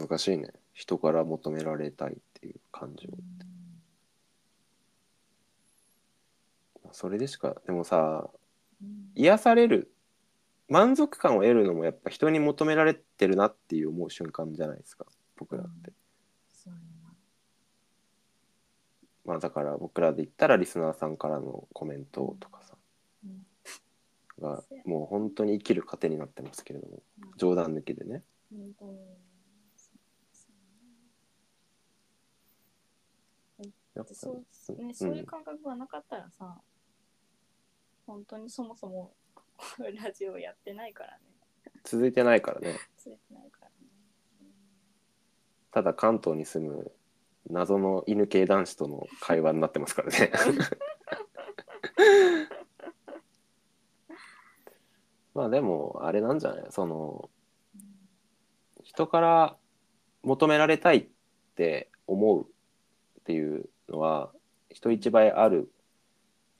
Speaker 1: 難しいね人から求められたいっていう感情それでしかでもさ
Speaker 2: うん
Speaker 1: 癒される満足感を得るのもやっぱ人に求められてるなっていう思う瞬間じゃないですか僕らって、
Speaker 2: そうや
Speaker 1: まあだから僕らで言ったらリスナーさんからのコメントとかさ、
Speaker 2: うん
Speaker 1: がもう本当に生きる糧になってますけれども
Speaker 2: なうん
Speaker 1: 冗談抜きでね
Speaker 2: 本当にそうです
Speaker 1: やっぱ
Speaker 2: そうですね、そういう感覚がなかったらさ、本当にそもそもこうラジオやってないからね、
Speaker 1: 続いてないからね
Speaker 2: つれてないからね。
Speaker 1: ただ関東に住む謎の犬系男子との会話になってますからねまあでもあれなんじゃないその人から求められたいって思うっていうのは人一倍ある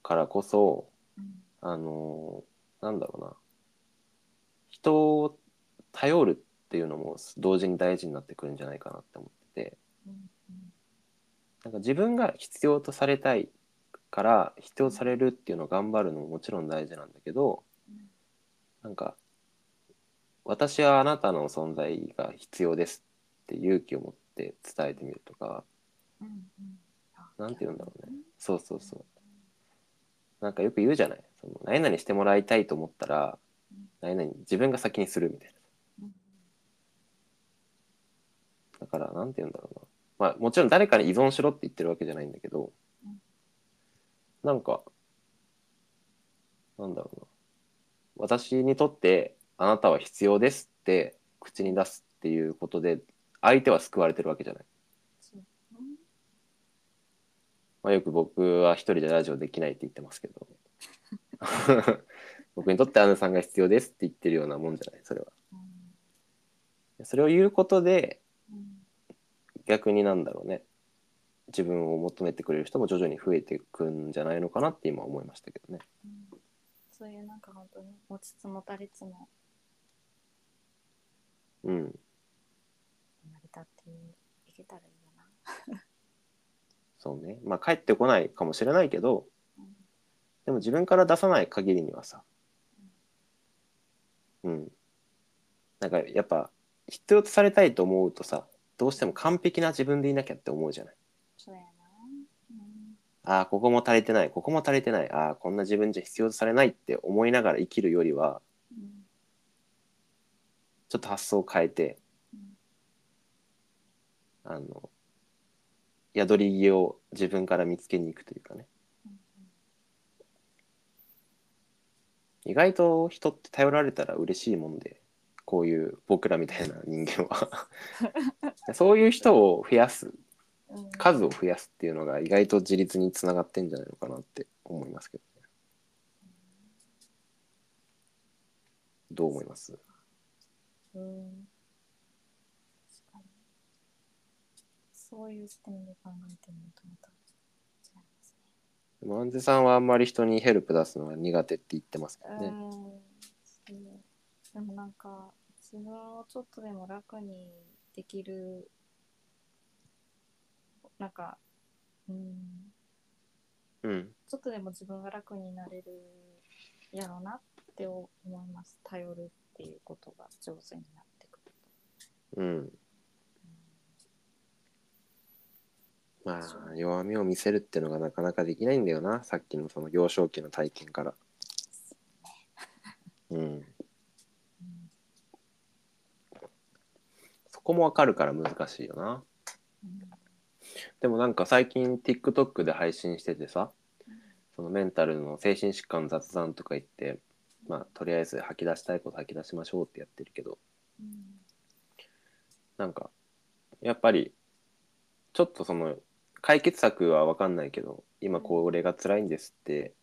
Speaker 1: からこそ
Speaker 2: うん
Speaker 1: あのなんだろうな人を頼るっっていうのも同時に大事になってくるんじゃないかなって思っててなんか自分が必要とされたいから必要とされるっていうのを頑張るのももちろん大事なんだけどなんか私はあなたの存在が必要ですって勇気を持って伝えてみるとかなんて言うんだろうねそうそうそうなんかよく言うじゃないその何々してもらいたいと思ったら何々自分が先にするみたいなだからなんて言うんだろうなまあもちろん誰かに依存しろって言ってるわけじゃないんだけど
Speaker 2: うん
Speaker 1: なんかなんだろうな私にとってあなたは必要ですって口に出すっていうことで相手は救われてるわけじゃないまあ、よく僕は一人じゃラジオできないって言ってますけど僕にとってアヌさんが必要ですって言ってるようなもんじゃないそれはそれを言うことで逆になんだろうね自分を求めてくれる人も徐々に増えていくんじゃないのかなって今思いましたけどね
Speaker 2: そういうなんか本当に持ちつ持たれつも
Speaker 1: うん
Speaker 2: 生まれたっていういけたらいいよな。
Speaker 1: そうねまあ帰ってこないかもしれないけど
Speaker 2: うん
Speaker 1: でも自分から出さない限りにはさうんなんかやっぱ必要とされたいと思うとさどうしても完璧な自分でいなきゃって思うじゃない
Speaker 2: そうやな。うん
Speaker 1: ああここも足りてないここも足りてないああこんな自分じゃ必要とされないって思いながら生きるよりは
Speaker 2: うん
Speaker 1: ちょっと発想を変えて
Speaker 2: うん
Speaker 1: あの宿り着を自分から見つけに行くというかね
Speaker 2: うん
Speaker 1: 意外と人って頼られたら嬉しいもんでこういう僕らみたいな人間 [laughs] はそういう人を増やす
Speaker 2: うん
Speaker 1: 数を増やすっていうのが意外と自立につながってんじゃないのかなって思いますけどねどう思います
Speaker 2: うん確かにそういう視点で考えてみるとまた違います
Speaker 1: マンゼさんはあんまり人にヘルプ出すのが苦手って言ってますけど
Speaker 2: ね。う
Speaker 1: ね。
Speaker 2: んそうでもなんか自分をちょっとでも楽にできるなんかうん
Speaker 1: うん。
Speaker 2: ちょっとでも自分が楽になれるやろうなって思います頼るっていうことが上手になってく
Speaker 1: う
Speaker 2: る
Speaker 1: ん。まあ、弱みを見せるってのがなかなかできないんだよな。さっきのその幼少期の体験から。うん。
Speaker 2: うん
Speaker 1: そこもわかるから難しいよな。
Speaker 2: うん
Speaker 1: でもなんか最近 TikTok で配信しててさ、そのメンタルの精神疾患の雑談とか言って、まあ、とりあえず吐き出したいこと吐き出しましょうってやってるけど、
Speaker 2: うん
Speaker 1: なんかやっぱりちょっとその解決策は分かんないけど今これが辛いんですって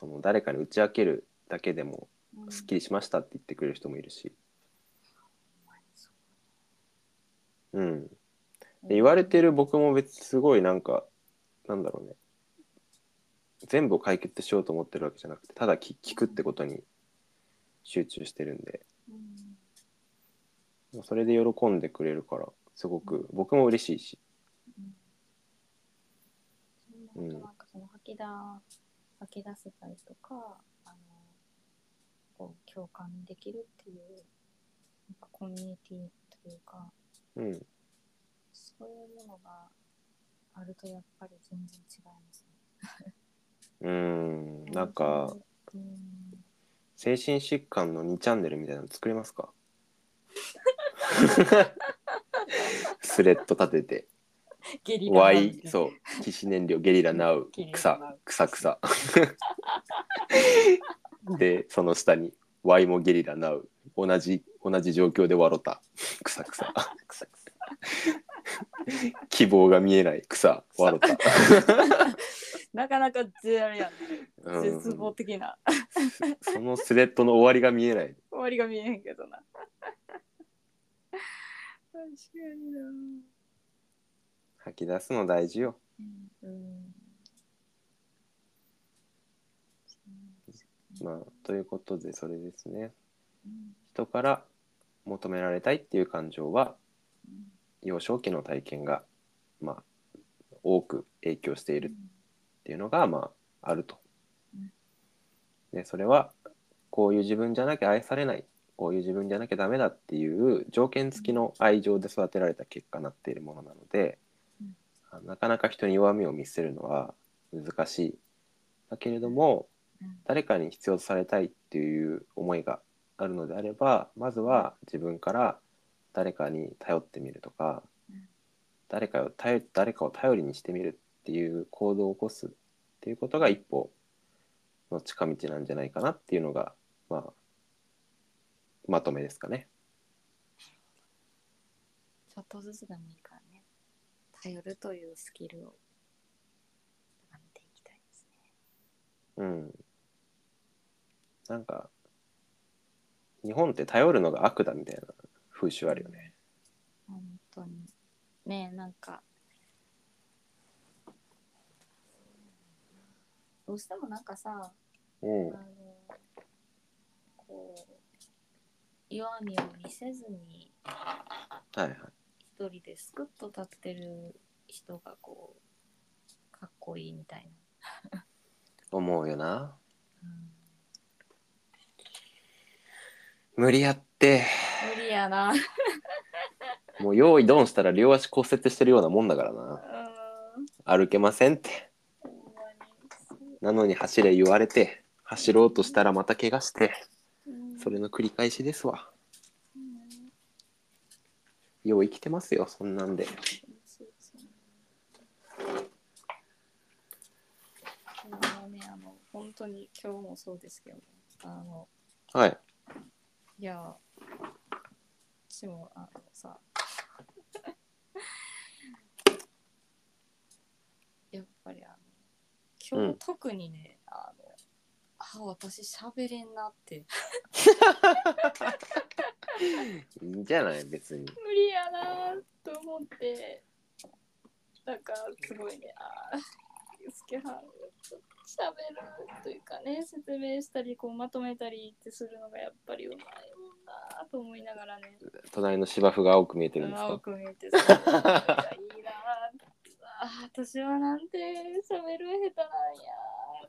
Speaker 1: その誰かに打ち明けるだけでも
Speaker 2: うん
Speaker 1: すっきりしましたって言ってくれる人もいるし、うん、で言われてる僕も別にすごいなんかなんだろうね全部を解決しようと思ってるわけじゃなくてただき聞くってことに集中してるんで
Speaker 2: うん
Speaker 1: それで喜んでくれるからすごく僕も嬉しいし
Speaker 2: そんなことなんかその吐き出吐き出せたりとかあのこう共感できるっていうやっぱコミュニティというか
Speaker 1: うん
Speaker 2: そういうものがあるとやっぱり全然違います
Speaker 1: うん
Speaker 2: ね。
Speaker 1: なんか
Speaker 2: うん
Speaker 1: 精神疾患の2チャンネルみたいなの作ります [laughs] かスレッド立てて
Speaker 2: ゲリラ
Speaker 1: ワイそう騎士燃料ゲリラナウ
Speaker 2: ゲリラ
Speaker 1: 草
Speaker 2: ナウ
Speaker 1: 草草でその下にワイもゲリラナウ同じ同じ状況で笑った草草
Speaker 2: 草草
Speaker 1: 希望が見えない草笑った、
Speaker 2: なかなかゼあれやん、
Speaker 1: うん
Speaker 2: 絶望的な
Speaker 1: そのスレッドの終わりが見えない
Speaker 2: 終わりが見えへんけどな確かにな
Speaker 1: 吐き出すの大事よ
Speaker 2: うん
Speaker 1: まあということでそれですね
Speaker 2: うん
Speaker 1: 人から求められたいっていう感情は幼少期の体験が、まあ、多く影響しているっていうのが、まあ、あると
Speaker 2: うん。
Speaker 1: でそれはこういう自分じゃなきゃ愛されないこういう自分じゃなきゃダメだっていう条件付きの愛情で育てられた結果になっているものなので
Speaker 2: うん
Speaker 1: あなかなか人に弱みを見せるのは難しい。だけれども
Speaker 2: うん
Speaker 1: 誰かに必要とされたいっていう思いがあるのであればまずは自分から誰かに頼ってみるとか
Speaker 2: うん
Speaker 1: 誰かを頼誰かを頼りにしてみるっていう行動を起こすっていうことが一歩の近道なんじゃないかなっていうのが、まあ、まとめですかね。
Speaker 2: ちょっとずつでもいいからね頼るというスキルを高めていきたいですね
Speaker 1: うん、なんか日本って頼るのが悪だみたいな風習あるよね。
Speaker 2: 本当にねえなんかどうしてもなんかさ
Speaker 1: うん
Speaker 2: あのこう弱みを見せずに
Speaker 1: はいはい
Speaker 2: 一人ですくっと立ってる人がこうかっこいいみたい
Speaker 1: 思うよな。
Speaker 2: な、
Speaker 1: 無理やって
Speaker 2: 無理やな
Speaker 1: もう用意ドンしたら両足骨折してるようなもんだからな
Speaker 2: うん
Speaker 1: 歩けませんって
Speaker 2: ほんまに
Speaker 1: なのに走れ言われて走ろうとしたらまた怪我して
Speaker 2: うん
Speaker 1: それの繰り返しですわ
Speaker 2: うん
Speaker 1: よう生きてますよそんなんで
Speaker 2: そうそうね。でもね、あの、本当に今日もそうですけど、あの、
Speaker 1: はい
Speaker 2: いや、私も、あのさ、 [laughs] やっぱりあの、今
Speaker 1: うん
Speaker 2: 日特にね、あの、あ、私喋れんなって、
Speaker 1: いいんじゃない別に
Speaker 2: [laughs] 無理やなーと思って、なんかすごいね、ああ、ユースケはん、ちょっと喋るというかね、説明したり、こうまとめたりってするのがやっぱりうまいもんなーと思いながらね、
Speaker 1: 隣の芝生が青く見えてるんです
Speaker 2: 青
Speaker 1: か
Speaker 2: く見えてさ、いやいいなーあー私はなんて喋る下手なんやー、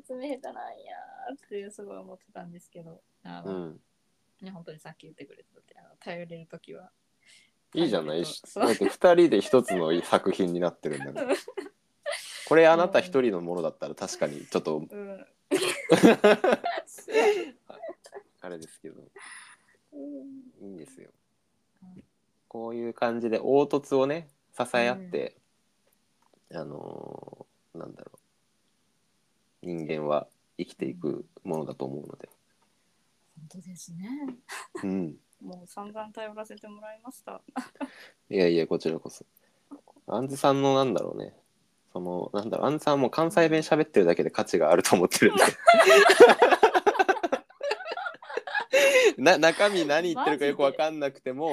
Speaker 2: 説明下手なんやーってすごい思ってたんですけど、あ
Speaker 1: う
Speaker 2: の、
Speaker 1: ん
Speaker 2: ね、本当にさっき言ってくれたって、あの頼れるときは、
Speaker 1: いいじゃないし
Speaker 2: そう
Speaker 1: だって2人で一つの作品になってるんだからこれあなた一人のものだったら確かにちょっと
Speaker 2: うん。
Speaker 1: あれですけど
Speaker 2: うん
Speaker 1: いいんですよ
Speaker 2: うん。
Speaker 1: こういう感じで凹凸をね支え合って、あのーなんだろう人間は生きていくものだと思うので、
Speaker 2: 本当ですね。
Speaker 1: うん、
Speaker 2: もう散々頼らせてもらいました。
Speaker 1: いやいやこちらこそ。あんずさんのなんだろうねそのなんだろうあんずさんはもう関西弁喋ってるだけで価値があると思ってる [laughs] んで。な中身何言ってるかよく分かんなくても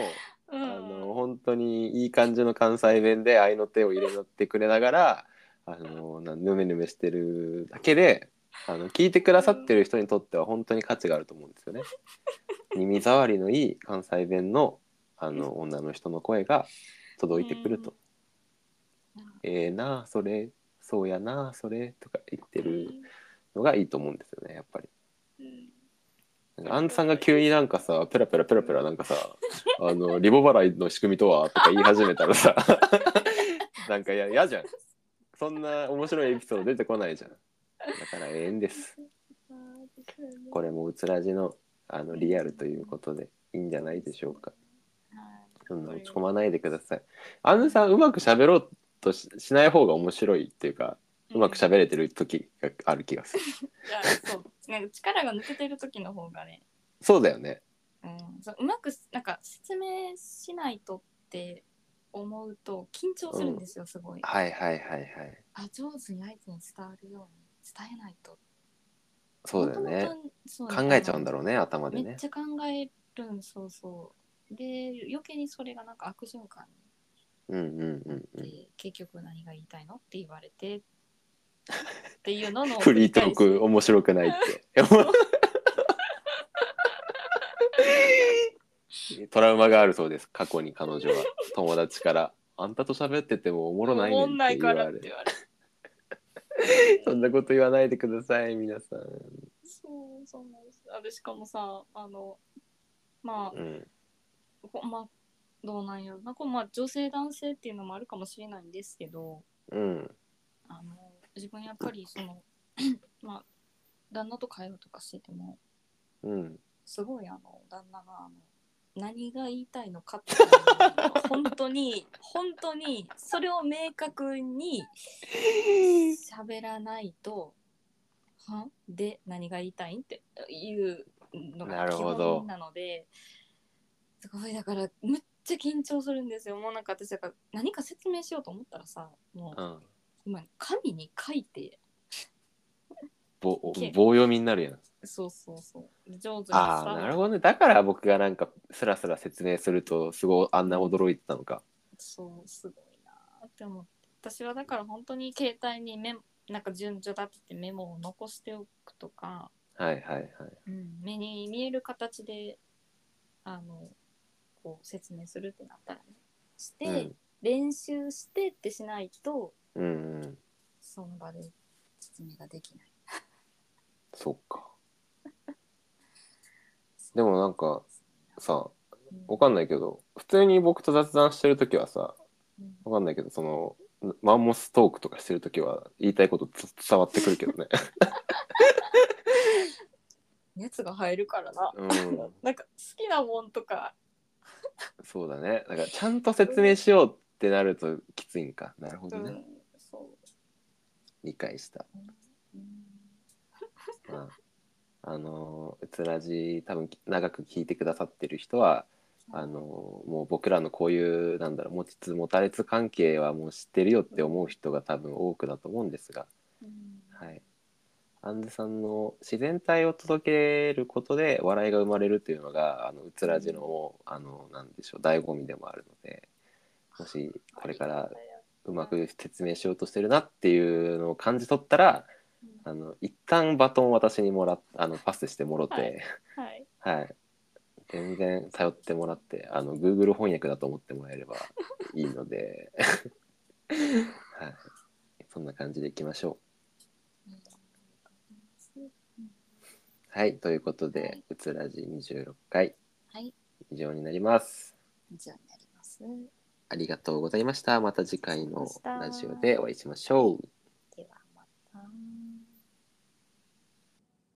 Speaker 2: う
Speaker 1: あの本当にいい感じの関西弁で愛の手を入れてくれながらあのなぬめぬめしてるだけであの聞いてくださってる人にとっては本当に価値があると思うんですよね。耳障りのいい関西弁のあの女の人の声が届いてくると
Speaker 2: うん
Speaker 1: 「ええなあそれそうやなあそれ」とか言ってるのがいいと思うんですよねやっぱり。
Speaker 2: うん。
Speaker 1: なんかアンさんが急になんかさペラペラペラペラなんかさ「あのリボ払いの仕組みとは?」とか言い始めたら [laughs] さなんかいや嫌じゃんそんな面白いエピソード出てこないじゃんだからええんですこれもうつらじのあのリアルということでいいんじゃないでしょうかそんな落ち込まないでくださいアンさんうまく喋ろうとししない方が面白いっていうかうまく
Speaker 2: ゃ
Speaker 1: 喋れてる時がある気がする
Speaker 2: そう。なんか力が抜けてる時の方がね、
Speaker 1: そうだよね
Speaker 2: うん、そううまくなんか説明しないとって思うと緊張するんですよ、すごい。
Speaker 1: はいはいはいはい
Speaker 2: あ、上手に相手に伝わるように伝えないと。
Speaker 1: そうだよね
Speaker 2: 元々。そう
Speaker 1: 考えちゃうんだろうね頭で
Speaker 2: め
Speaker 1: ね
Speaker 2: っちゃ考えるんそうそうで余計にそれがなんか悪循環
Speaker 1: うんうんうん
Speaker 2: になって、 [laughs] 結局何が言いたいのって言われてっていうの
Speaker 1: う
Speaker 2: の
Speaker 1: んフリートーク面白くないっていや [laughs] トラウマがあるそうです過去に彼女は友達から「あんたと喋っててもおもろないね
Speaker 2: お
Speaker 1: ん」
Speaker 2: もん
Speaker 1: っ
Speaker 2: な
Speaker 1: て
Speaker 2: い
Speaker 1: 言
Speaker 2: から
Speaker 1: わ
Speaker 2: って言
Speaker 1: れ
Speaker 2: われる
Speaker 1: そんなこと言わないでください皆さん、
Speaker 2: そうそうなんですあれしかもさあのまあ
Speaker 1: うん、
Speaker 2: こまあどうなんやろなこう、まあ、女性男性っていうのもあるかもしれないんですけど
Speaker 1: うん
Speaker 2: あの自分やっぱりその [clears throat] まあ旦那と会話とかしてても [laughs]
Speaker 1: うん
Speaker 2: すごいあの旦那があの何が言いたいのかっていうのを本当に本当にそれを明確に喋らないと「はで何が言いたいん?」っていうの
Speaker 1: な
Speaker 2: が
Speaker 1: る
Speaker 2: 基
Speaker 1: ほど
Speaker 2: 本なのですごいだからむっちゃ緊張するんですよもうなんか私だから何か説明しようと思ったらさも
Speaker 1: う
Speaker 2: うん今紙に書いて
Speaker 1: ぼ
Speaker 2: け
Speaker 1: 棒読みになるやん
Speaker 2: そうそうそう上手に
Speaker 1: ああなるほどねだから僕がなんかスラスラ説明するとすごいあんな驚いてたのか
Speaker 2: そうすごいなーって思って私はだから本当に携帯にメモなんか順序立ててメモを残しておくとか、
Speaker 1: はいはいはい
Speaker 2: 目に見える形であのこう説明するってなったらねして、
Speaker 1: うん
Speaker 2: 練習してってしないと
Speaker 1: うんうん
Speaker 2: その場で説明ができない
Speaker 1: そっかでもなんかさ
Speaker 2: うん
Speaker 1: わかんないけど普通に僕と雑談してる時はさ
Speaker 2: うん
Speaker 1: わかんないけどそのマンモストークとかしてる時は言いたいことつ伝わってくるけどね
Speaker 2: 熱が入るから
Speaker 1: [laughs]
Speaker 2: な、
Speaker 1: うん
Speaker 2: なんか好きなもんとか
Speaker 1: そうだねだからちゃんと説明しようってなるときついんかなるほど
Speaker 2: う
Speaker 1: ね、
Speaker 2: んそう
Speaker 1: 理解した、
Speaker 2: うん
Speaker 1: まあ、あのうつらじ多分長く聞いてくださってる人はあのもう僕らのこういうなんだろう持ちつ持たれつ関係はもう知ってるよって思う人が多分多くだと思うんですが、
Speaker 2: うん
Speaker 1: はい、アンズさんの自然体を届けることで笑いが生まれるというのがあのうつらじのもうあのなんでしょう醍醐味でもあるのでもしこれからうまく説明しようとしてるなっていうのを感じ取ったら
Speaker 2: うん
Speaker 1: あの一旦バトンを私にもらっあのパスしてもろて、
Speaker 2: はい
Speaker 1: はい全然頼ってもらってあの Google 翻訳だと思ってもらえればいいので、はい、そんな感じでいきましょう。はい、ということで、
Speaker 2: はいう
Speaker 1: つらじ26回
Speaker 2: はい、
Speaker 1: 以上になります。
Speaker 2: 以上になります。
Speaker 1: ありがとうございました。また次回の
Speaker 2: ありがとうござい
Speaker 1: ラ
Speaker 2: まし
Speaker 1: ジ
Speaker 2: た
Speaker 1: オでお会いしましょう。